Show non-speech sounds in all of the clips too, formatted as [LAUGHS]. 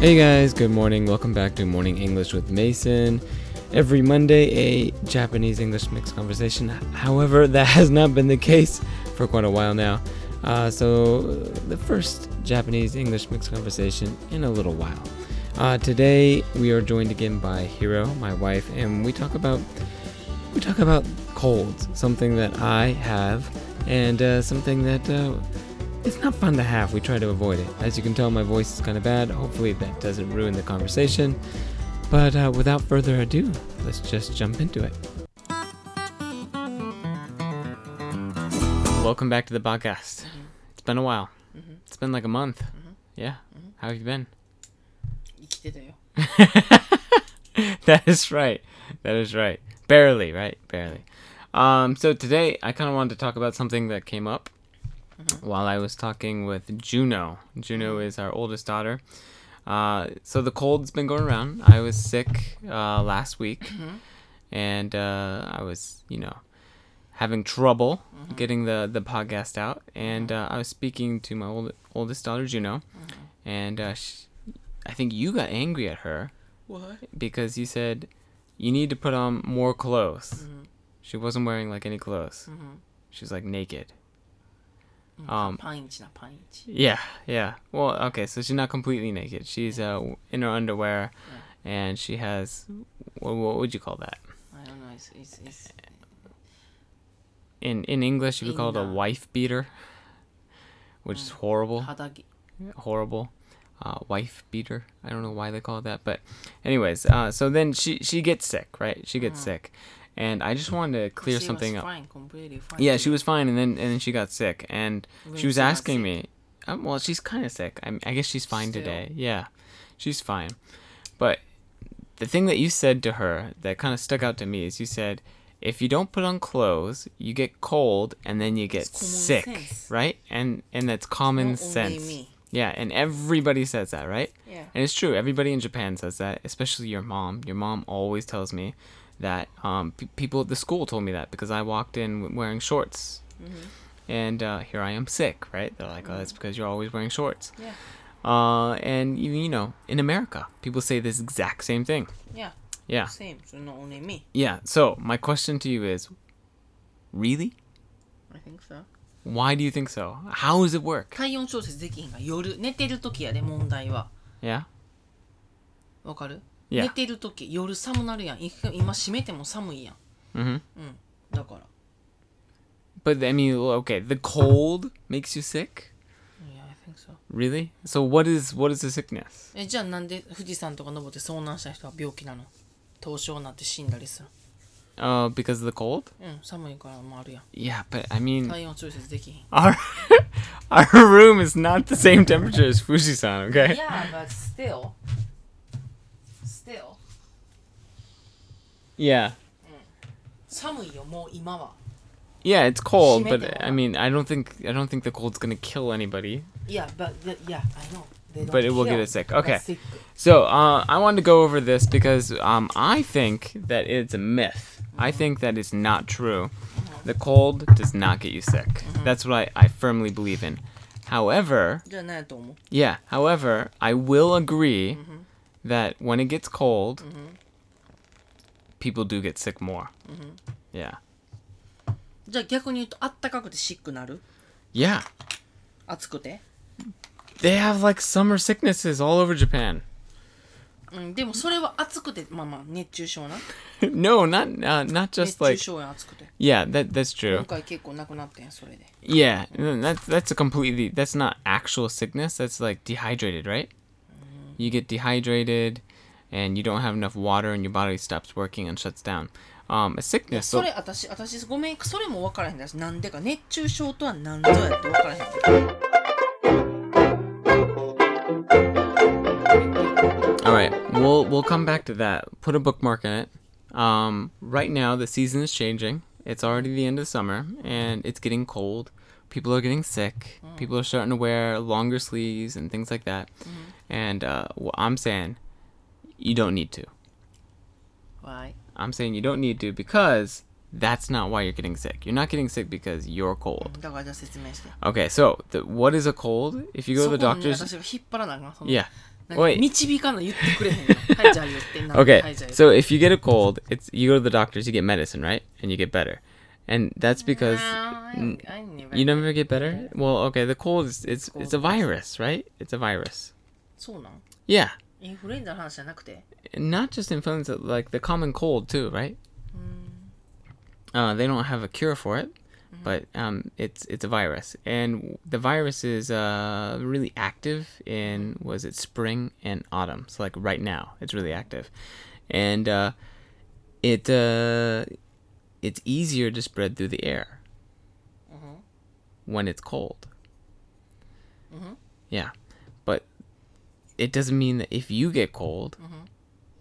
Hey guys, good morning. Welcome back to Morning English with Mason. Every Monday, a Japanese English mixed conversation. However, that [LAUGHS] has not been the case for quite a while now. Uh, so, the first Japanese English mixed conversation in a little while. Uh, today, we are joined again by Hiro, my wife, and we talk about we talk about colds, something that I have, and uh, something that uh, it's not fun to have. We try to avoid it. As you can tell, my voice is kind of bad. Hopefully, that doesn't ruin the conversation. But uh, without further ado, let's just jump into it. Welcome back to the podcast. It's been a while. It's been like a month. Yeah. How have you been? 生きてたよ [LAUGHS] that is right. That is right. Barely, right? Barely. Um, so today, I kind of wanted to talk about something that came up while I was talking with Juno. Juno is our oldest daughter. Uh, so the cold's been going around. I was sick uh, last week, and uh, I was, you know, having trouble getting the, the podcast out. And uh, I was speaking to my old, oldest daughter, Juno, and uh, sh I think you got angry at her What? because you said you need to put on more clothes. Mm-hmm. She wasn't wearing like any clothes. Mm. She was like naked. Um, パンイチなパンイチ yeah, yeah. Well, okay, so she's not completely naked. She's uh, in her underwear, and she has what, what would you call that? I don't know it's, it's, it's In in English, you would call it a Inga. wife beater, which Mm. is horrible. 肌着 horrible uh, wife beater. I don't know why they call it that, but anyways, uh, so then she she gets sick, right? She gets sick, and I just wanted to clear Mm-hmm. She was something up. fine, completely fine. Yeah, she was fine, and then and then she got sick, and When she was she got asking sick. me. Um, well, she's kind of sick. I, I guess she's fine Still. today. Yeah, she's fine. But the thing that you said to her that kind of stuck out to me is you said, "If you don't put on clothes, you get cold, and then you get It's common sick, sense. right?" And and that's common Not only sense. me. Yeah, and everybody says that, right? Yeah. And it's true. Everybody in Japan says that, especially your mom. Your mom always tells me that um, p- people at the school told me that because I walked in w- wearing shorts. And uh, here I am sick, right? They're like, oh, that's because you're always wearing shorts. Yeah. Uh, and, you, you know, in America, people say this exact same thing. Yeah. Yeah. Same. So not only me. Yeah. So, my question to you is really? I think so. Why do you think so? How does it work? 体温調節できひんが夜寝てる時やで問題は。 Yeah. わかる、 Yeah. 寝てる時夜寒なるやん。い今閉めても寒いやん。 Mm-hmm. うん。だから。 But, I mean, okay, the cold makes you sick? Yeah, I think so. Really? So, what is what is the sickness? えじゃあなんで富士山とか登って遭難した人は病気なの凍傷になって死んだりする。 Uh, because of the cold? うん。寒いからもあるやん。 Yeah, but I mean, 体温調節できひん。 our [LAUGHS] our room is not the same temperature as Fuji-san. Okay. Yeah, but still. Still. Yeah. 寒いよ、もう今は。 Yeah, it's cold, She but made them I up. mean, I don't think I don't think the cold's gonna kill anybody. Yeah, but the, yeah, I know. They don't But it will get kill, us sick. but Okay. sick. So uh, I wanted to go over this because um, I think that it's a myth. I think that it's not true. The cold does not get you sick. That's what I, I firmly believe in. However, じゃあ何やと思う Yeah. However, I will agree that when it gets cold, people do get sick more. Yeah. じゃあ逆に言うと、あったかくてシックなる Yeah. 暑くて They have like summer sicknesses all over Japan. [LAUGHS] うん、でもそれは暑くて、まあまあ、熱中症な。 no, not uh, not 熱 just 中 like 症や暑くて。 yeah. That that's 今 true. 回結構なくなってん、それで。 Yeah. n- That's that's a completely that's not actual sickness. That's like dehydrated, right? You get dehydrated, and you don't have enough water, and your body stops working and shuts down. Um, a sickness. そ So れ、私、私、ごめん、それも分からへんだし、なんでか、熱中症とは何ぞやって分からへん。 All right, we'll we'll come back to that. Put a bookmark in it. Um, right now, the season is changing. It's already the end of summer, and it's getting cold. People are getting sick. People are starting to wear longer sleeves and things like that. And uh, wh- I'm saying, you don't need to. Why? I'm saying you don't need to because that's not why you're getting sick. You're not getting sick because you're cold. だからじゃあ説明して。 Okay, so the, what is a cold? If you go to そこ the に doctor's, 私が引っ張らなあかん。その yeah, 何おい導かない言ってくれへんよはいじゃあ言ってなんか [LAUGHS] は Okay, いじゃあ言って so if you get a cold, it's you go to the doctors, you get medicine, right? And you get better. And that's because No, I, I never- you never get better. Well, okay, the cold is it's it's a Cold. virus, right? It's a virus. そうなん Yeah. インフルエンザの話じゃなくて And not just influenza, like the common cold too, right? Uh, they don't have a cure for it, but um, it's it's a virus, and the virus is uh, really active in was it spring and autumn? So like right now, it's really active, and uh, it uh, it's easier to spread through the air when it's cold. Yeah, but it doesn't mean that if you get cold,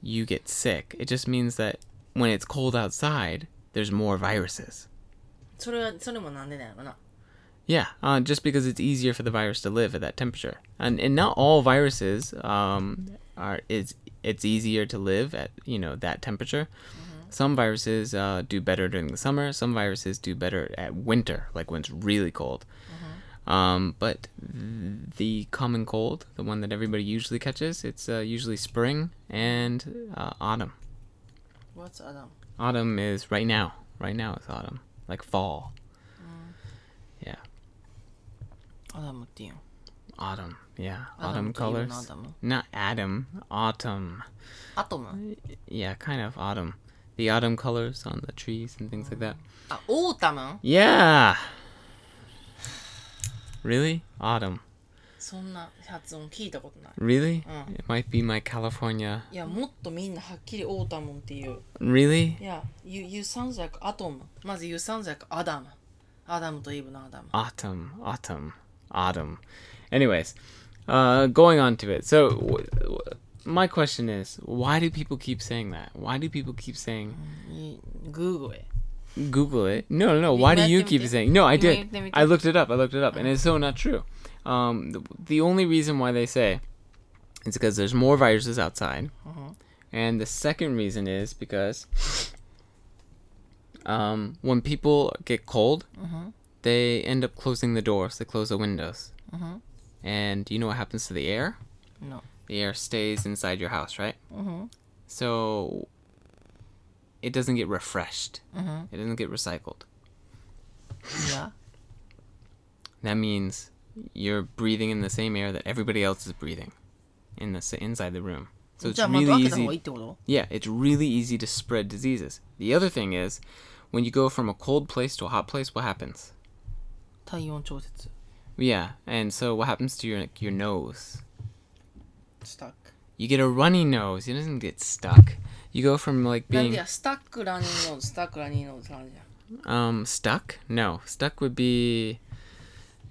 you get sick. It just means that when it's cold outside, there's more viruses. それはそれもなんでなんやろな Yeah, uh, just because it's easier for the virus to live at that temperature, and and not all viruses um, are it's it's easier to live at you know that temperature. Some viruses uh, do better during the summer. Some viruses do better at winter, like when it's really cold. Um, but th- the common cold, the one that everybody usually catches, it's uh, usually spring and uh, autumn. What's Adam? Autumn is right now. Right now is autumn, like fall. Mm. Yeah, アダムって言うん autumn. Yeah, autumn Autumn to you, colors. not autumn. Not Adam. Autumn. アトム Yeah, kind of autumn. The autumn colors on the trees and things like that. あオータムン Yeah. Really? Autumn. そんな発音聞いたことない Really? Mm. It might be my California. いやもっとみんなはっきりオータムンって言う Really? いや you, you sounds like アトムまず You sounds like アダムアダムとイブのアダム autumn, autumn, autumn. Anyways, uh, going on to it. So, w- w- my question is, why do people keep saying that? Why do people keep saying いグーグルへ Google it? No, no, no. Why do might you think keep that- saying? No, I you did. might- let me I looked it up. I looked it up, and it's so not true. Um, the, the only reason why they say it's because there's more viruses outside, Uh-huh. and the second reason is because um, when people get cold, Mm-hmm. they end up closing the doors. They close the windows, Mm-hmm. and do you know what happens to the air? No. The air stays inside your house, right? So it doesn't get refreshed. It doesn't get recycled. いや That means you're breathing in the same air that everybody else is breathing in the s- inside the room. So it's じゃあ窓 really 開けた方がいい easy. ってこと Yeah, it's really easy to spread diseases. The other thing is, when you go from a cold place to a hot place, what happens? 体温調節 Yeah, and so what happens to your your nose? stuck You get a runny nose. It doesn't get stuck. You go from like なん being でやスタックラニーノーズスタックラニーノーズって感じや Um, stuck? No, stuck would be.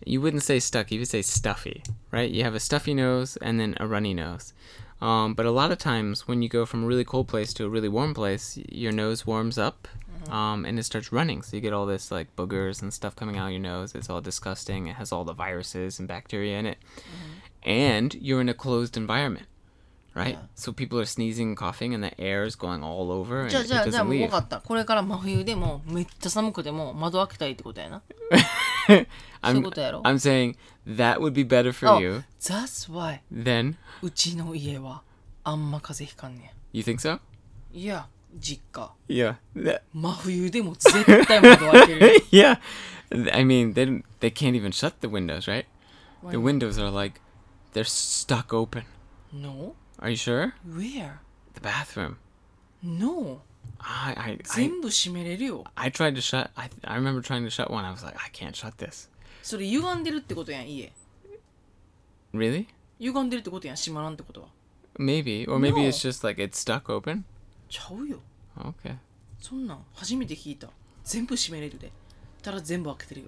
You wouldn't say stuck. You would say stuffy, right? You have a stuffy nose and then a runny nose. Um, but a lot of times when you go from a really cold place to a really warm place, your nose warms up, um, and it starts running. So you get all this like boogers and stuff coming out of your nose. It's all disgusting. It has all the viruses and bacteria in it, and you're in a closed environment. Right, so people are sneezing, and coughing, and the air is going all over, and じゃあ it じゃあじゃあ doesn't もう leave. 分かったこれから真冬でもめっちゃ寒くても窓開けたいってことやな [LAUGHS] そういう I'm, ことやろ I'm saying that would be better for あ you That's why than うちの家はあんま風邪ひかんね you think so? んいや実家 Yeah. That- 真冬でも絶対窓開ける [LAUGHS] [LAUGHS] yeah. I mean, they don't- they can't even shut the windows, right? The windows are like they're stuck open. No? Are you sure? Where? The bathroom. No I I I, 全部閉めれるよ I tried to shut. I I remember trying to shut one. I was like, I can't shut this. それ歪んでるってことやん家 Really? 歪んでるってことやん閉まらんってことは Maybe, or maybe No. it's just like it's stuck open. ちゃうよ Okay. そんなん初めて聞いた全部閉めれるでたら全部開けてるよ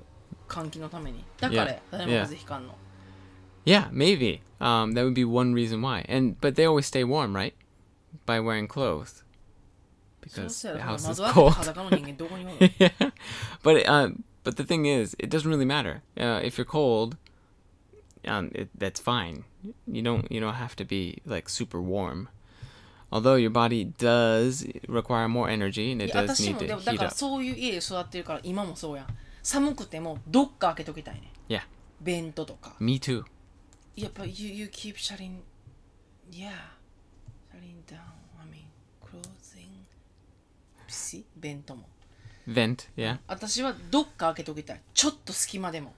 換気のためにだから Yeah. 誰も風邪ひかんの Yeah, maybe. Um, that would be one reason why. And but they always stay warm, right? By wearing clothes, そう because した the ら house is 窓開けて cold. 裸の人間どこに [LAUGHS] おる [LAUGHS] yeah, but uh, but the thing is, it doesn't really matter. Uh, if you're cold, um, it, that's fine. You don't you don't have to be like super warm. Although your body does require more energy and い it や does 私 need もで to もだ heat から up. そういう家で育ってるから今もそうやん寒くてもどっか開けときたいね Yeah, ベントとか me too. やっぱ you, you keep shutting Yeah. Shutting down. I mean, closing. しベントも Vent, yeah. 私はどっか開けときたいちょっと隙間でも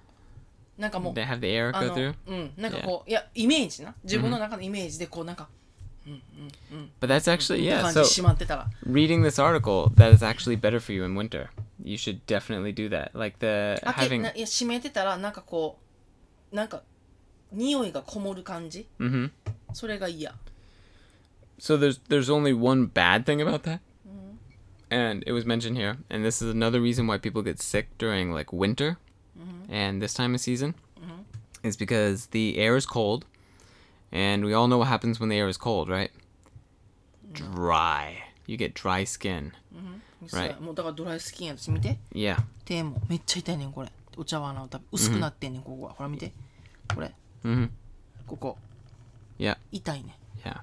なんかもう They have the air あ go の through. うんなんかこう、いやイメージな自分の中のイメージでこうなんか But that's actually, 感 yeah. じ So しまってたら、 reading this article, that is actually better for you in winter. You should definitely do that. Like the 開け having. ないや閉めてたらなんかこうなんか匂いがこもる感じ hmm それが嫌 So there's there's only one bad thing about that. And it was mentioned here, and this is another reason why people get sick during like winter and this time of season is because the air is cold. And we all know what happens when the air is cold, right? Dry. You get dry skin. そうやもうだからドライスキンや私見て Yeah. 手もめっちゃ痛いねんこれお茶碗のた薄くなってんねんここはほら見てこれ Mm-hmm. ここ Yeah. 痛いね Yeah.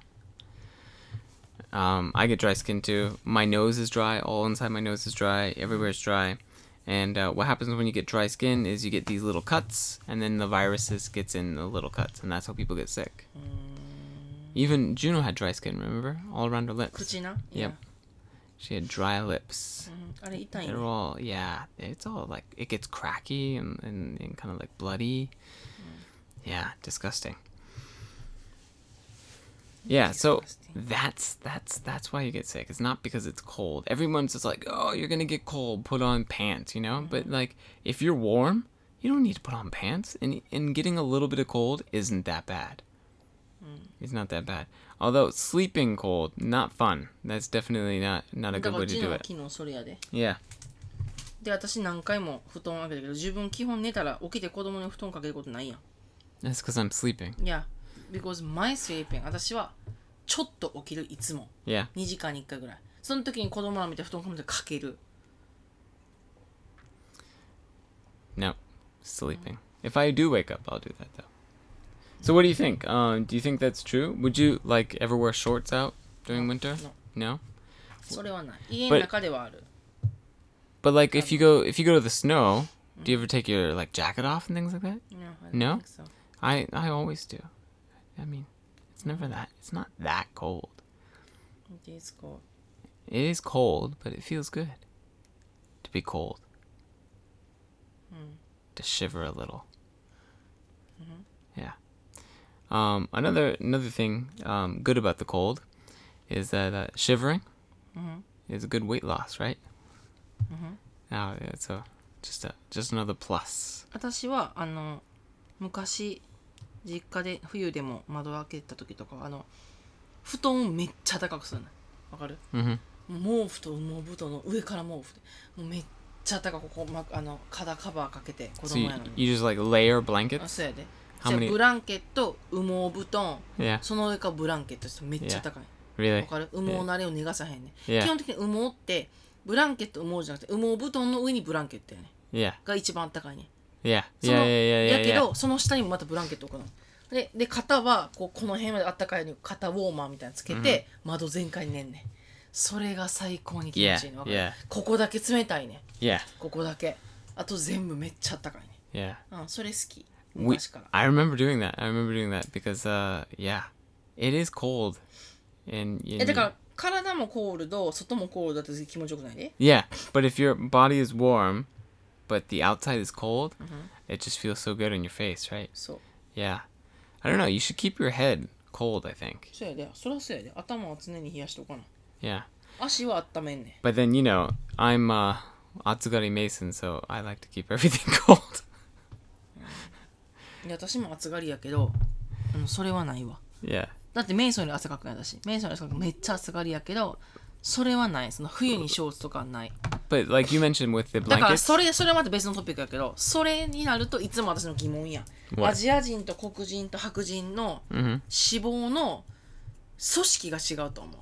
Um, I get dry skin too. My nose is dry. All inside my nose is dry. Everywhere is dry. And uh, what happens when you get dry skin is you get these little cuts, and then the viruses gets in the little cuts, and that's how people get sick. Even Juno had dry skin. Remember, all around her lips. 口な、 Yep. She had dry lips. うんあれ痛いね They're all yeah. It's all like it gets cracky and and, and kind of like bloody. Yeah, disgusting. Yeah, so Disgusting. that's that's that's why you get sick. It's not because it's cold. Everyone's just like, oh, you're gonna get cold. Put on pants, you know. But like, if you're warm, you don't need to put on pants. And and getting a little bit of cold isn't that bad. It's not that bad. Although sleeping cold, not fun. That's definitely not not a だ good から way ジ to do ノは it. 昨日それやで Yeah. で私何回も布団を開けたけど自分基本寝たら起きて子供に布団かけることないやん That's because I'm sleeping. いや、because my sleeping 私はちょっと起きるいつも Yeah. 2時間に1回ぐらいその時に子供ら見て布団かぶってかける No. Sleeping. If I do wake up, I'll do that though. So what do you think? Um, do you think that's true? Would you like ever wear shorts out during winter? No. no. それはない家の中ではある But like Um, if you go if you go to the snow, do Mm-hmm. you ever take your like jacket off and things like that? No, I don't No? think so. I I always do. I mean, it's never that it's not that cold. It is cold. It is cold, but it feels good to be cold. To shiver a little. Yeah. Um, another another thing um, good about the cold is that uh, shivering is a good weight loss, right? Now it's a just a just another plus. 私はあの昔実家で冬でも窓開けた時とかあの布団をめっちゃ高くするのわかる Mm-hmm. 毛布と羽毛布団の上から毛布でもうめっちゃ高くこう、ま、あの肩カバーかけて子 So 供 you, やのに you just like layer あ blankets. そうやで How じゃあ many- ブランケット羽毛布団 [LAUGHS] Yeah, その上からブランケットしてめっちゃ高い、わ really. かる羽毛のあれを逃がさへんね、 Yeah. 基本的に羽毛ってブランケット羽毛じゃなくて羽毛布団の上にブランケットやね Yeah, が一番高いね yeah, その yeah, yeah, yeah, yeah. やけ yeah. どその下にもまたブランケット置くのでで肩はこうこの辺まであったかいように肩ウォーマーみたいなのつけて、窓全開に寝んねんそれが最高に気持ちいいのわかる Yeah, yeah. ここだけ冷たいね Yeah, ここだけあと全部めっちゃあったかいね yeah. うんそれ好き We, 昔から I remember doing that. I remember doing that because, uh, yeah, it is cold, and, and えだか you- ら体もコールド外もコールドだと気持ちよくないで yeah. But if your body is warm, but the outside is cold, it just feels so good on your face, right? そう Yeah, I don't know. You should keep your head cold. I think. そうやでそりゃそうやで頭は常に冷やしとかな Yeah, 足は温めんね but then you know I'm uh, Atsugari Mason, so I like to keep [LAUGHS] everything cold. んで私も暑がりやけどあのそれはないわ yeah, だってメイソンより汗かくんやだしメイソンより汗かくめっちゃ暑がりやけどそれはないその冬にショーツとかはない but like you mentioned with the だから blankets. それそれはまた別のトピックやけどそれになるといつも私の疑問やん What? アジア人と黒人と白人の脂肪の組織が違うと思う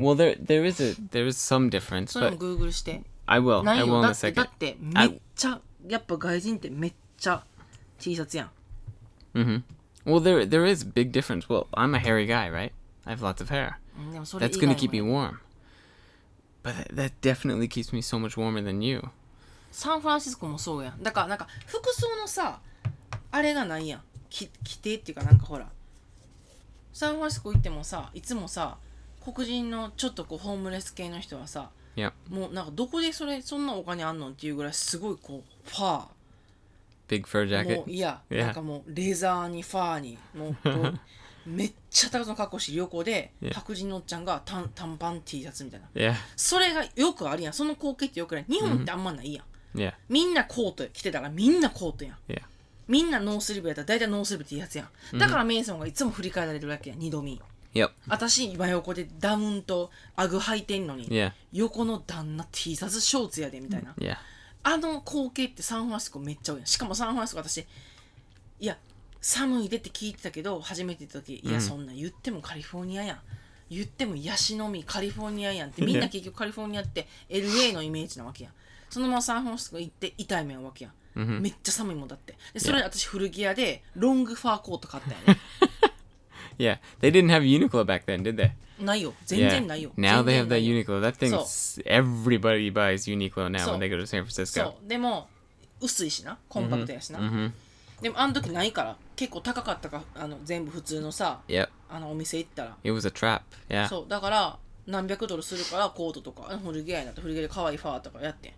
Well, there there is a there is some difference, それも but グーグルして I will な I いよ will in だ a って second. だってめっちゃやっぱ外人ってめっちゃ T シャツやん Well, there there is big difference. Well, I'm a hairy guy, right? I have lots of hair. うんでもそれ以 That's 外 gonna keep も me warm. But that, that definitely keeps me so much warmer than you. サンフランシスコもそうやんだからなんか服装のさあれがないやんき規定っていうかなんかほらサンフランシスコ行ってもさいつもさ黒人のちょっとこうホームレス系の人はさ Yeah. もうなんかどこでそれそんなお金あんのっていうぐらいすごいこうファ Big fur ーも jacket. ういや Yeah. なんかもうレザーにファーにもうこ [LAUGHS] うめっちゃ高そうな格好して旅行で Yeah. 白人のおっちゃんが短短パン T シャツみたいな Yeah. それがよくあるやんその光景ってよくない日本ってあんまないやん、 Yeah. みんなコート着てたからみんなコートやん Yeah. みんなノースリーブやったら大体ノースリーブってやつやんだからメイソンがいつも振り返られるわけやん二度見 Yep. 私真横でダウンとアグ履いてんのに、 Yeah. 横の旦那 T シャツショーツやでみたいな、 Yeah. あの光景ってサンフランシスコめっちゃ多いやんしかもサンフランシスコ私いや寒いでって聞いてたけど初めて行った時いやそんな言ってもカリフォルニアやん言ってもヤシの実カリフォルニアやんってみんな結局カリフォルニアって LA のイメージなわけやんそのままサンフランシスコ行って痛い目なわけやん、めっちゃ寒いもんだってでそれで私古着屋でロングファーコート買ったやね Yeah. They didn't have Uniqlo back then, did they? ないよ全 Yeah. 然ないよ Now they have that 全然ないよ Uniqlo. That thing. So- s- Everybody buys Uniqlo now So- when they go to San そ Francisco. うでも薄いしなコンパクトやしな、でもあの時ないから結構高かったからあの全部普通のさ Yep. あのお店行ったら It was a trap. Yeah. そうだから何百ドルするからコートとかあ古着屋になって古着屋で可愛いファーとかやってん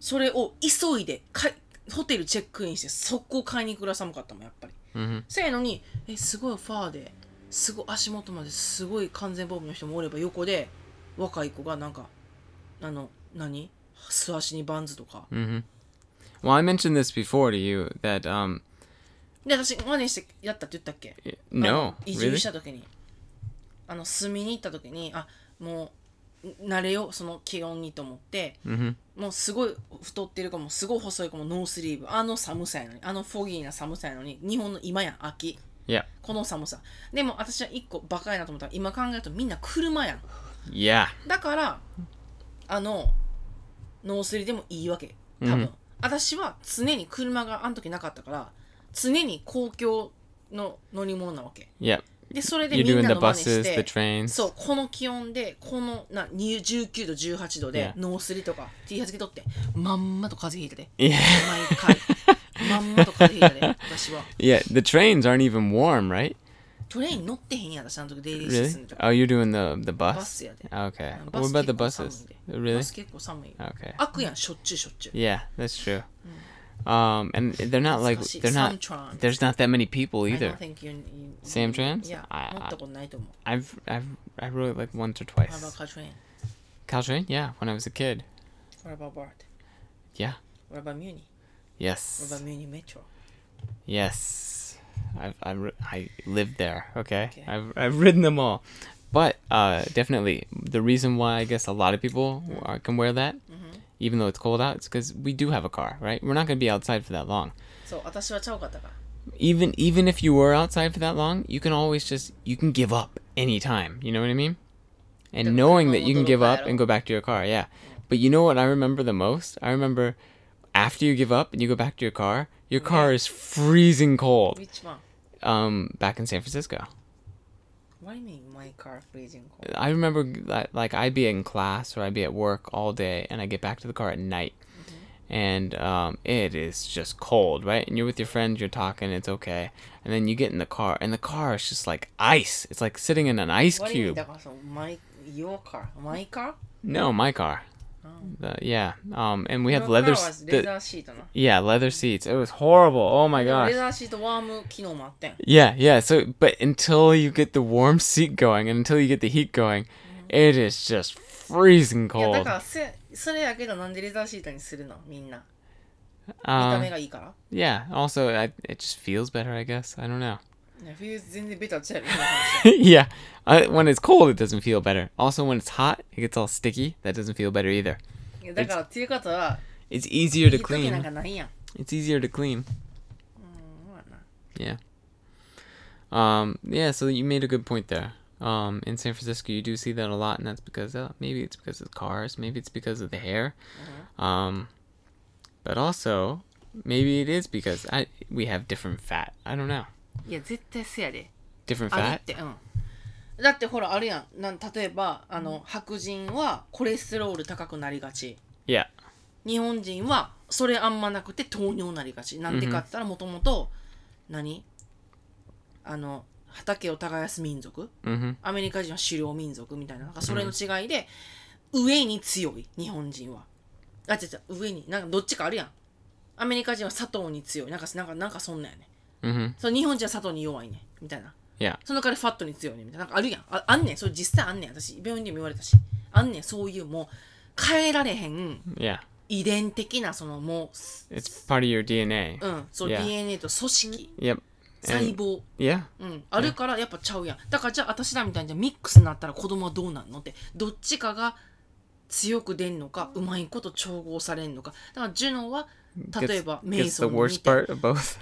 それを急いでかいホテルチェックインして速攻買いに行くぐらい寒かったもんやっぱり、せやのにえすごいファーですごい足元まですごい完全防備の人もおれば横で若い子がなんかあの何素足にバンズとか、 Well, I mentioned this before to you that um で私真似してやったって言ったっけ no あの移 really? 住した時にあの住みに行った時にあもうん慣れようその気温にと思って、もうすごい太ってる子もすごい細い子もノースリーブあの寒さやのにあのフォギーな寒さやのに日本の今やん秋 Yeah. この寒さでも私は一個バカやなと思ったら今考えるとみんな車やん Yeah. だからあのノースリーでもいいわけ多分、私は常に車があの時なかったから常に公共の乗り物なわけ Yep. でそれで You're みん doing な the の真似し buses, the て trains. そうこの気温でこのなに19度18度で Yeah. ノースリとか T シャツ着とってまんまと風邪ひいてて [LAUGHS] Yeah. 毎回まんまと風邪ひいてて私は Yeah. The trains aren't even warm, right? トレイン乗ってへんやん私あの時デイリーシー Really? ズンとか Oh, you're doing the the bus. バスやで Okay. うん What about the バス結構 buses? 寒いでバ Really? ス結構寒い Okay. 開くやんしょっちゅうしょっちゅう Yeah, that's true. Um, and they're not like Mm. It's 'cause she- they're not. Samtran. There's not that many people I either. don't think you, you, Sam Trans? いや I- 乗ったことないと思う I've I've I rode like once or What about twice. Katrina? Caltrain, yeah, when I was a kid. What about Bart? Yeah. What about Muni? What Yes. about Muni Metro? Yes. I've I, ri- I lived there. Okay. Okay. I've I've ridden them all, but uh, definitely the reason why I guess a lot of people are, can wear that, even though it's cold out, it's because we do have a car, right? We're not gonna be outside for that long. そう私はちゃうかったから even even if you were outside for that long, you can always just you can give up anytime. You know what I mean? And Don't knowing have a that you can little give up battle. and go back to your car, yeah. But you know what I remember the most? I remember after you give up and you go back to your car, your car is freezing cold. Which one? Um, back in San Francisco, What do you mean my car freezing cold? I remember that, like I'd be in class or I'd be at work all day, and I get back to the car at night, Mm-hmm. and um, it is just cold, right? And you're with your friends, you're talking, it's okay, and then you get in the car, and the car is just like ice. It's like sitting in an ice What do you mean cube. だからその my your car my car? No, my car. The- yeah. Um, and we had Oh. Your leather. car s- was レ the- ザーシートな。 yeah, leather seats. It was horrible. Oh my レ gosh. ザーシートワーム機能もあってん。 Yeah, yeah. So, but until you get the warm seat going and until you get the heat going, it is just freezing いや cold. だからせそれやけどなんでレザーシートにするのみんな。見 Um, た目がいいから。 Yeah. Also, I, it just feels better, I guess. I don't know. [LAUGHS] いや冬全然ベタちゃうよ。 yeah. I, when it's cold, it doesn't feel better. Also, when it's hot, it gets all sticky. That doesn't feel better either. いやだからっていうことは It's easier い to い時なんか clean. ないやん。 It's easier to clean. うんまあな Yeah. Um. Yeah. So you made a good point there. Um. In San Francisco, you do see that a lot, and that's because uh, maybe it's because of the cars, maybe it's because of the hair. Um. But also, maybe it is because I we have different fat. I don't know. いや絶対せやで。 Different あれっ fat. てうん。だってほらあるやんなん例えばあの白人はコレステロール高くなりがち Yeah. 日本人はそれあんまなくて糖尿になりがちなんでかって言ったらもともと何あの畑を耕す民族 Mm-hmm. アメリカ人は狩猟民族みたいななんかそれの違いで、上に強い日本人はあ違う違う上になんかどっちかあるやんアメリカ人は砂糖に強いなんかなんかなんかそんなんやね Mm-hmm. その日本人は砂糖に弱いねみたいな Yeah. その代わりファットに強いねみたいななんかあるやんああんねんそれ実際あんねん私病院でも言われたしあんねんそういうもう変えられへん Yeah. 遺伝的なそのも It's part of your DNA. う、うん、そう Yeah. DNA と組織 Yep. 細 And, 胞 yeah. うん、あるからやっぱちゃうやんだからじゃあ私らみたいにじゃあミックスになったら子供はどうなんのってどっちかが強く出んのかうまいこと調合されんのかだからジュノは Gets- 例えばメイ gets ソ the ンを見 worst て part of both.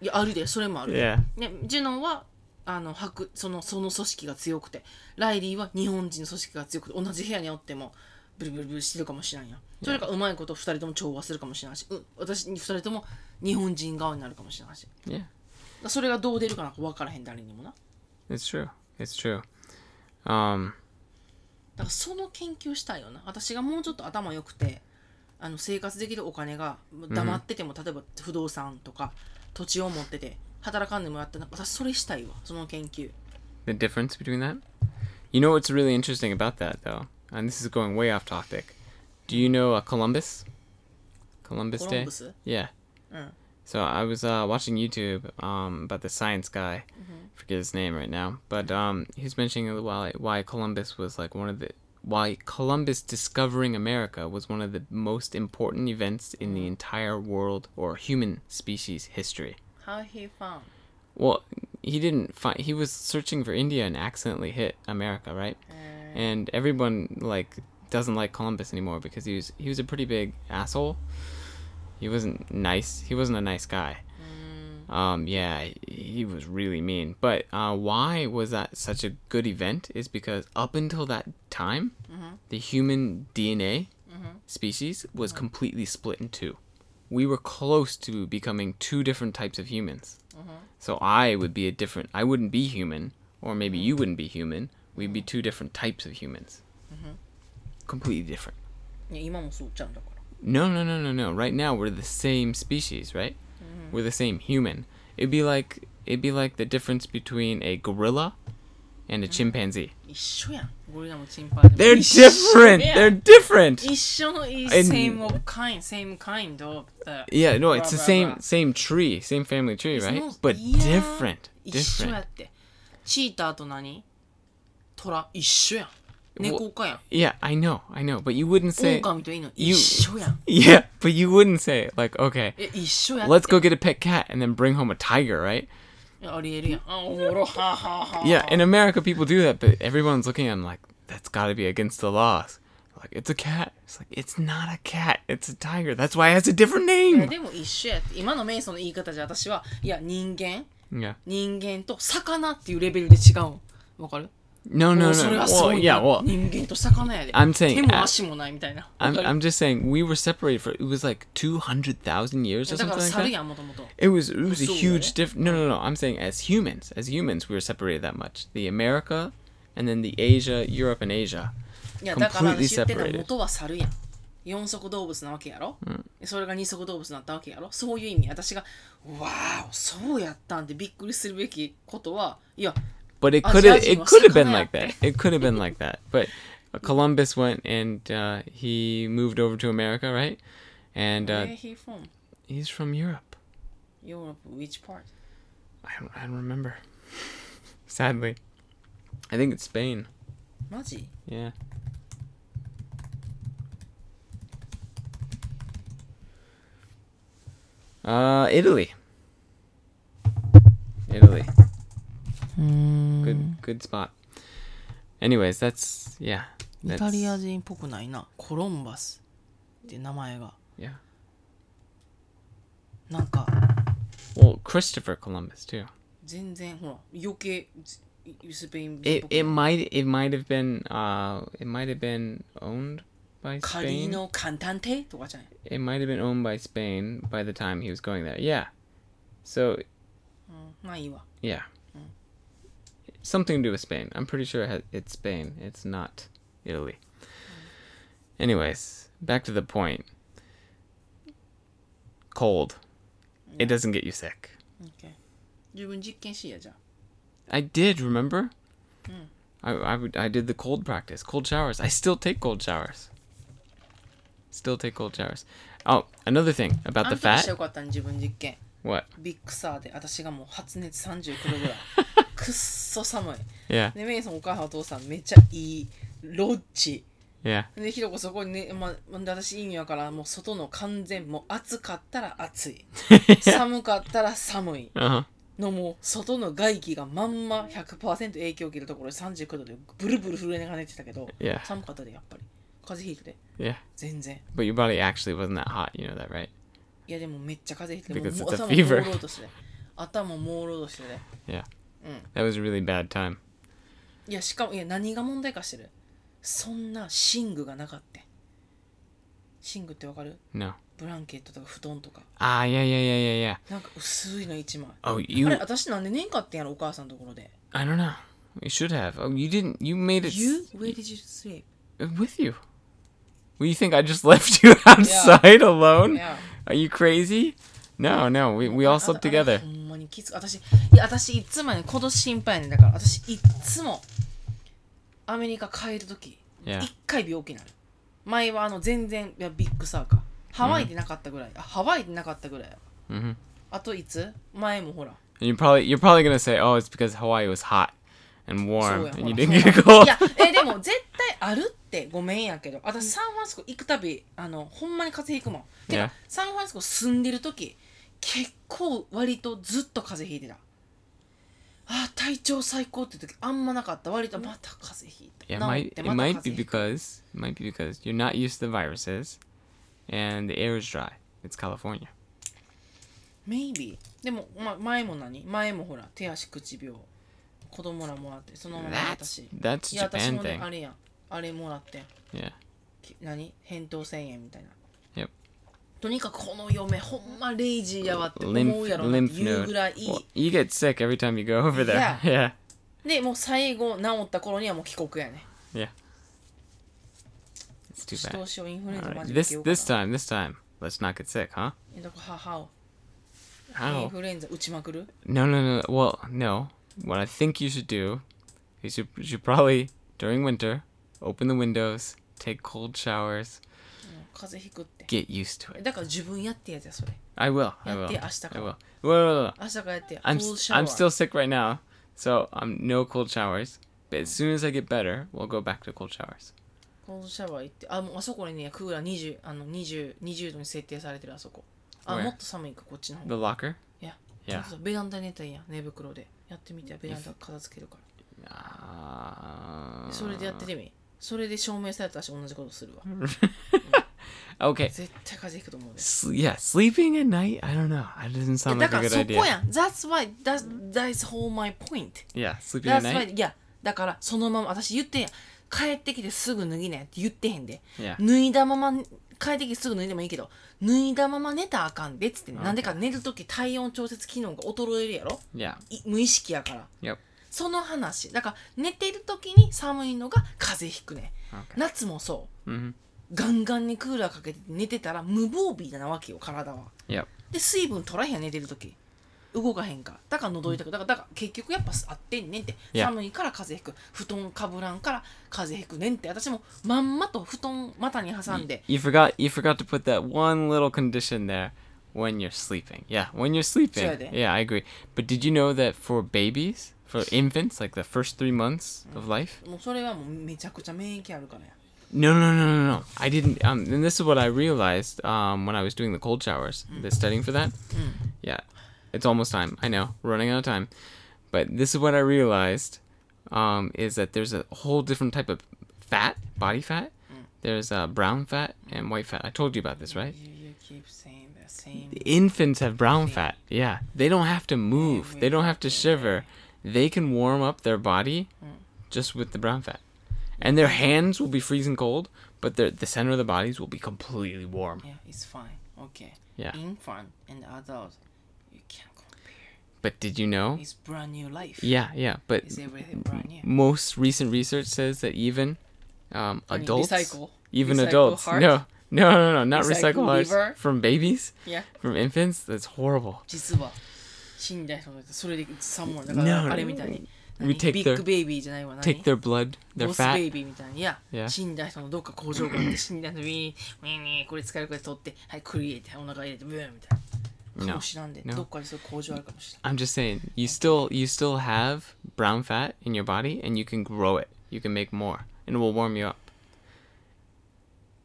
[LAUGHS] いやあるでそれもあるで、 yeah. ね、ジュノはあの白そのその組織が強くてライリーは日本人の組織が強くて同じ部屋におってもブルブルブルしてるかもしれんやんそれがうまいこと2人とも調和するかもしれないし、うん、私2人とも日本人側になるかもしれないしだか Yeah. らそれがどう出るかなんか分からへん誰にもな It's true. It's true. Um. だからその研究したいよな私がもうちょっと頭良くてあの生活できるお金が黙ってても、例えば不動産とか土地を持ってて働かんでもらって私それしたいわその研究 the difference between that? You know what's really interesting about that, though, and this is going way off topic. Do you know uh, Columbus? Columbus Day. Columbus? Yeah. Mm. So I was uh, watching YouTube um, about the science guy. Mm-hmm. Forget his name right now, but um, he was mentioning a little while why Columbus was like one of the why Columbus discovering America was one of the most important events in Mm. the entire world or human species history. How he found Well, he didn't find. He was searching for India and accidentally hit America, right? And everyone like doesn't like Columbus anymore because he was he was a pretty big asshole. He wasn't nice. He wasn't a nice guy. Um, yeah, he- he was really mean. But uh, why was that such a good event? Is because up until that time, the human DNA species was completely split in two. We were close to becoming two different types of humans. So I would be a different. I wouldn't be human, or maybe you wouldn't be human. We'd be two different types of humans. Completely different. いや今もそうちゃうんだから No, no, no, no, no. Right now we're the same species, right? We're the same human. It'd be like it'd be like the difference between a gorilla and a chimpanzee. 一緒やんゴリラもチンパンジーも They're 一緒 different. やん They're different. 一緒のいい And- same of kind same kind of the- Yeah, no, it's the Blah, blah, same same blah. tree, same family tree, right? その But いやー different, 一緒や different. ってチーターと何トラ一緒やん猫かやん Yeah, I know, I know. But you wouldn't say. 狼と犬 You- 一緒やん [LAUGHS] Yeah, but you wouldn't say it. Like, okay, え一緒やって let's go get a pet cat and then bring home a tiger, right? いやありえるやんあおもろはあはあはあ Yeah, in America, people do that, but everyone's looking at them like, that's got to be against the laws. Like, it's a cat. It's like, it's not a cat. It's a tiger. That's why it has a different いや name. でも一緒やって今のメイソンの言い方じゃ私はいや人間 Yeah. 人間と魚っていうレベルで違うんわかる No, も no, うそ no. れは Well, そう yeah, や [LAUGHS] well, 人間と魚やで I'm saying- 手も足もないみたいな I'm, わかる I'm just saying we were separated for, it was like 200,000 years or だか something ら like 猿 that. やんもともと It was, it was a So, huge right? diff. No, no, no. I'm saying as humans, as humans, we were separated that much. The America and then the Asia, Europe and Asia. いやだから Completely 私言ってた separated. 元は猿やん四足動物なわけやろ、それが二足動物になったわけやろそういう意味私が「わーおそうやったん」ってびっくりするべきことはいや But it Oh, could so have that's it more could have been sakana like that. It could have been like that. But Columbus went and uh, he moved over to America, right? And uh, Where he from? he's from Europe. Europe, which part? I don't, I don't remember. [LAUGHS] Sadly, I think it's Spain. マジ Yeah. Uh, Italy. Italy. うーん Good good spot. Anyways, that's yeah. イ That's, タリア人っぽくないなコロンバスって名前が Yeah. なんか Well, Christopher Columbus too. 全然ほら余計ずスペイン人っ It ぽく it might it might have been uh it might have been owned by カリー Spain. ノ・カンタンテとかじゃない It might have been owned by Spain by the time he was going there. Yeah. So まあいいわ yeah. Something to do with Spain. I'm pretty sure it ha- it's Spain. It's not Italy. Anyways, back to the point. Cold. It doesn't get you sick. OK 十分実験しいやじゃあ I did remember. Hmm. I I would I did the cold practice, cold showers. I still take cold showers. Still take cold showers. Oh, another thing about the あの時し fat. てよかったね自分実験 What? ビッグサーで私がもう発熱39度 [LAUGHS] ぐらいくっそ寒い Yeah, でメイさんお母さんお父さんめっちゃいいロッジ [LAUGHS] yeah, でひろこそこにね、ま、で私いいんやからもう外の完全もう暑かったら暑い [LAUGHS] 寒かったら寒い uh huh. のもう外の外気がまんま100%影響を受けるところで39度でブルブル震えながら寝てたけど Yeah, 寒かったでやっぱり風邪ひいてて yeah. 全然 But your body actually wasn't that hot. You know that, right? いやでもめっちゃ風邪ひいてて Because もう it's a 頭も fever. 朦朧として頭も朦朧としてね Yeah. Mm. That was a really bad time. いやしかもいや何が問題かしてるそんな寝具がなかった寝具ってわかる No. ブランケットとか布団とか Ah, yeah, yeah, yeah, yeah, yeah. なんか薄いの一枚 Oh, あれ you. 私なんでねんかってんやろお母さんのところで I don't know. You should have. Oh, you didn't. You made it. You? Where did you sleep? with you. Well, you think I just [LAUGHS] left you outside alone? Yeah. Are you crazy? No, no, we, we all あ slept とあれ together. ほんまにきつ私いや私いつもね今年心配やねんだから私いつもアメリカ帰る時 Yeah. 一回病気になる前はあの全然いやビッグサーかハワイでなかったぐらい、あハワイでなかったぐらいや hmm And あといつ前もほら you're probably you're probably gonna say, oh, it's because Hawaii was hot and そう warm や and ほ you ら [LAUGHS] didn't get そう cold. やいやえでも絶対あるってごめんやけど私サンフランシスコ行くたびあのほんまに風邪ひくもんてか、 Yeah. サンフランシスコ住んでる時結構割とずっと風邪ひいてたあー体調最高って時あんまなかった割とまた風邪ひいた Yeah, it 治っ might て it また風 might be 邪ひいた because it might be because you're not used to the viruses, and the air is dry. It's California. Maybe でも、ま、前も何前もほら手足口病子供らもらってそのまま That's Mm, 私 that's いや私 Japan もね thing. あれやんあれもらってん Yeah, き何扁桃腺炎みたいな yep. とにかくこの嫁ほんまレイジーやわって思 Lymph うやろなって lymph いうぐら node. い Well, you get sick every time you go over there. Yeah. [LAUGHS] yeah. でもう最後治った頃にはもう帰国やね Yeah. It's too ちょっとど bad. うしようインフルエン All ザマ right. ジで This 受けようかな this time, this time, let's not get sick, huh? えだから母をイン How? フルエンザ打ちまくる No, no, no. Well, no. What I think you should do is you you should probably during winter open the windows, take cold showers, 風邪ひくって get used to え it. だから自分やってやつやそれ I will. I Yeah, will. yeah, ashitaka. I will. Whoa, whoa, whoa. 明日からやってや I'm Cold s- shower I'm still sick right now, so I'm no cold showers. But as soon as I get better, we'll go back to cold showers. コードシャワー行ってあもうあそこにねクーラー20あの 20, 20度に設定されてるあそこあ Where? もっと寒いかこっちの方 The locker. いや Yeah. そうそうベランダに寝たらいいやん寝袋でやってみてベランダ片付けるから Ah. それでやっててみそれで証明されたら私同じことするわ okay. 絶対風邪ひくと思うで S- yeah, sleeping at night. I don't know. That doesn't sound だ like か a good らそこ idea. やん That's why that's, that's whole my point Yeah, sleeping at That's night. why いやだからそのまま私言ってんやん帰ってきてすぐ脱ぎなやって言ってへんで Yeah, 脱いだまま帰ってきてすぐ脱いでもいいけど脱いだまま寝たらあかんでっつってんなんでか寝るとき体温調節機能が衰えるやろ yeah, い無意識やから yep. その話だから寝てるときに寒いのが風邪ひくね Okay. 夏もそう Mm-hmm. ガンガンにクーラーかけて寝てたら無防備なわけよ体は Yep. で水分取らへんやん寝てる時動かへんからだから喉痛くだからだから結局やっぱあってんねんって Yeah. 寒いから風邪ひく布団かぶらんから風邪ひくねんって私もまんまと布団股に挟んで You forgot. You forgot to put that one little condition there. When you're sleeping. Yeah, when you're sleeping. Sure, then. Yeah, I agree. But did you know that for babies, for infants, like the first three months of life? もうそれはもうめちゃくちゃ免疫あるからや No, no, no, no, no. I didn't. Um, and this is what I realized um, when I was doing the cold showers, Mm. the studying for that. Yeah, it's almost time. I know, running out of time. But this is what I realized um, is that there's a whole different type of fat, body fat. Mm. There's uh, brown fat and white fat. I told you about this, right? You, you keep saying the same Infants have brown fat. Yeah, they don't have to move. They don't have to shiver. They can warm up their body Mm. just with the brown fat. And their hands will be freezing cold, but their the center of the bodies will be completely warm. Yeah, it's fine. Okay. Yeah. Infant and adult, you can't compare. But did you know? It's brand new life. Yeah, yeah. But It's everything brand new. most recent research says that even um, I mean, adults, recycle. even Recycle adults, heart? no, no, no, no, not Recycle recycle hearts liver? from babies, Yeah. from infants. That's horrible. 実は死んだ人がそれで寒いだか No, ら no. あれみたいに何 We ビ take ッ their グベイビーじゃないわ何 take their blood, their ボスベ fat. イビーみたいにいや Yeah. 死んだ人のどっか工場があって死んだ人ウィーンウィーンウィーンこれ使えるこれ取ってはいクリエイてお腹入れてブーンみたいな No. かもしらんで No. どっかにそういう工場あるかもしれない I'm just saying, you still you still have brown fat in your body, and you can grow it. You can make more, and it will warm you up.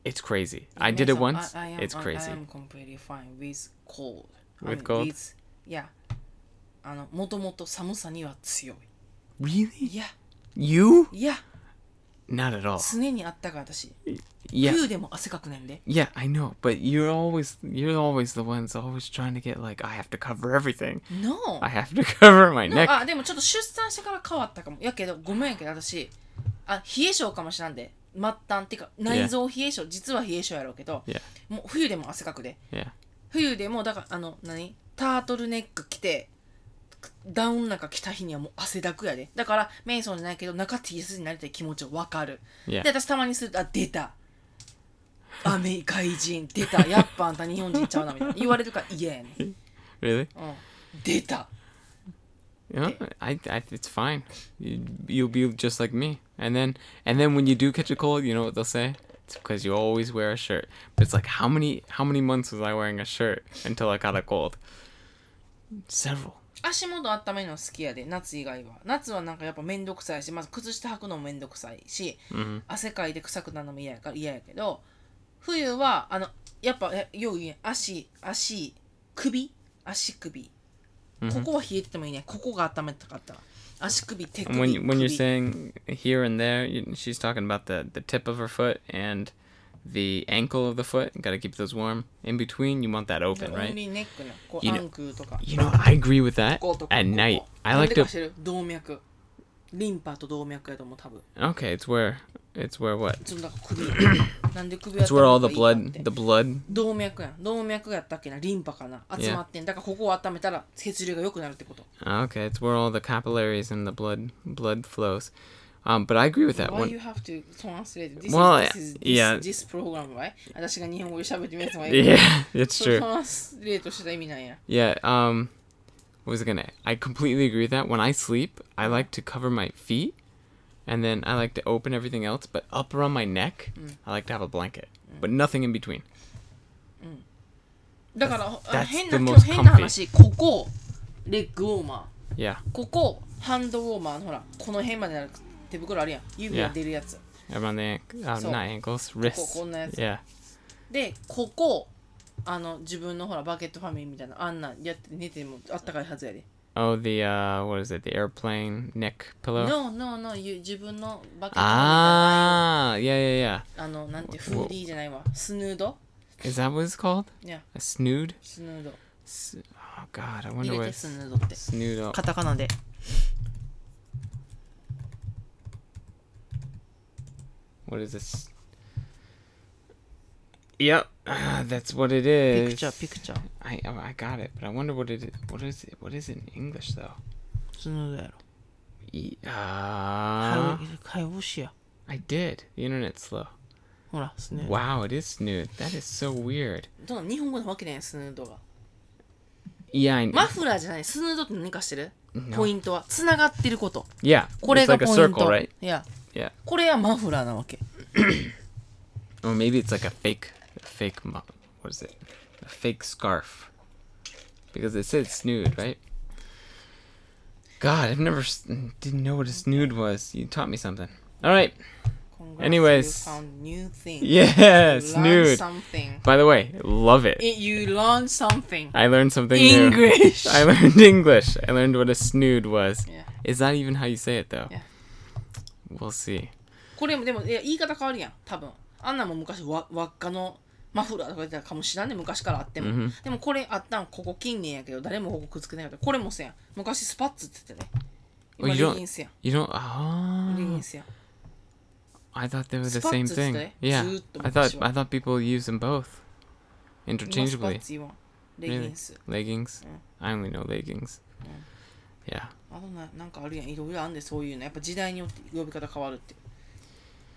It's crazy. I did it Yes, once. I, I am, um, It's I- crazy. I am completely fine with cold. I With mean, cold? with- yeah. あの、もともと寒さには強 Really? い。いや、 You? いや、 Not at all. 常にあったかい私。 Yeah. 冬でも汗かくねんで。 Yeah, I know, but you're always you're always the ones always trying to get like I have to cover everything. No! I have to [LAUGHS] cover my No, neck. あ、でもちょっと出産してから変わったかも。やけど、ごめんやけど私、あ、冷え性かもしらんで。末端っていうか、内臓冷え性、実は冷え性やろうけど、 Yeah. もう冬でも汗かくで。 Yeah. 冬でもだからあの何タートルネック着てダウンなんか着た日にはもう汗だくやでだからメイソンじゃないけど中 T シャツになりたい気持ちは分かる Yeah. で私たまにするとあ出たアメリカ人出たやっぱあんた日本人ちゃうなみたいな言われるから嫌やねん、う Really? ん、出た You know, I, I it's fine. You, you'll be just like me. And then and then when you do catch a cold, you know what they'll say? It's because you always wear a shirt. But it's like how many how many months was I wearing a shirt until I got a cold? Several. 足元温めるの好きやで夏以外は夏はなんかやっぱ面倒くさいしまず靴下履くのも面倒くさいし、汗かいて臭くなるのも嫌やから嫌やけど冬はあのやっぱえよう言うやん足足首足首、ここは冷えててもいいねここが温めたかったら足首手 And 首 when you- when you're 首 saying here and there, you, she's talking about the the tip of her foot and the ankle of the foot. got to keep those warm. In between, you want that open, オン right? リーネックなこう You ア know- ンクルとか You know, I agree with こ that. ことここ At こ night, こ I なん like でか to 知ってる動脈リンパと動脈やと思う多分 Okay, it's where it's where what? そのなんか首 [COUGHS] [COUGHS] なんで首や It's where all the いいかっ blood て the blood 動脈やん動脈やったっけなリンパかな集まってんだからここを温めたら血流が良くなるってこと ah, Okay, it's where all the capillaries and the blood blood flows. Um, but I agree with that Why [LAUGHS] one. you have to translate this? Well, is, this, is, this, yeah. this program, right? 私が日本語で喋ってみるやつもいい Yeah, [LAUGHS] it's それ true. トランスレートしてた意味なんや。 Yeah. Um, what was I gonna? I completely agree with that. When I sleep, I like to cover my feet, and then I like to open everything else. But up around my neck, Mm. I like to have a blanket, but nothing in between. だからあ that's 変な the 今 most 日変な話、ここ、レッグウォーマ Yeah, ー、ここ、ハンドウォーマーのほら、この辺までなる手袋あるやん。指が出るやつ。 around the an- uh, So, not ankles, wrists. on this. Yeah, で、ここ、あの自分のほらバケットファミリーみたいなあんなんやって寝てもあったかいはずやで。 Oh, the uh, what is it? The airplane neck pillow. No, no, no, you, 自分のバケットみたいな Ah, yeah, yeah, yeah. あの、なんて、フーディーじゃないわ。スヌード Is that what it's called? いや、 A snood? スヌード。 S- oh God, I wonder 入れ where てスヌードって。 snood. oh, カタカナで。 What is this? Yep, ah, that's what it ピ is. クチャー、ピクチャー。 I oh, I got it, but I wonder what it i- what is it what is it in English though? スヌードやろ。 E- は ah, い、解放しや。 I did. The internet's slow. ほら、スヌー Wow, it is snood. That is so weird. ド。どんな日本語なわけねん、スヌードが。 Yeah, E, I マフラーじゃない、スヌードって何かしてる No ポイントは。つながってること。 yeah. これ It's が like ポイ a ント。 circle, right? いや、 Yeah. これはマフラーなわけ。 Or maybe it's like a fake, a fake mu- what is it? A fake scarf, because it said snood, right? God, I've never s- didn't know what a snood was. You taught me something. All right. Anyways [LAUGHS] You found new thing. Yeah, Learn snood. something. By the way, love it. It- You learn something. I learned something new. English. I learned [LAUGHS] English. I learned what a snood was. Yeah. Is that even how you say it though? Yeah. We'll see. これもでもいや言い方変わるやん多分あんなんも昔わ輪っかのマフラーとか言ってたかもしれんね昔からあっても、でもこれあったんここ近年やけど誰もここくっつけてなかったこれもせやん昔スパッツって言ってたね今おいレじゃんギンスやん You don't. レギ Oh, ンスやん I thought they were the same Spats is thing. the- Yeah. Suit, I thought sure. I thought people use them both 今スパ interchangeably. ッツ言わんレギンス、 Leggings. I only know leggings. Yeah. あとななんかあるやんいろいろあんでそういうのやっぱ時代によって呼び方変わるって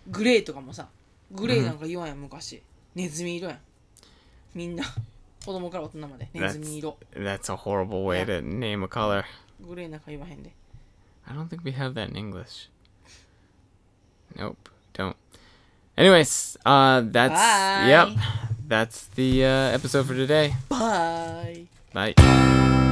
グレーとかもさグレーなんか言わんやん昔ネズミ色やんみんな子供から大人までネズミ色 That's a horrible way to name a color. グレーなんか言わへんで I don't think we have that in English. Nope, don't. Anyways, uh, that's Bye. yep, that's the uh, episode for today. バイ Bye.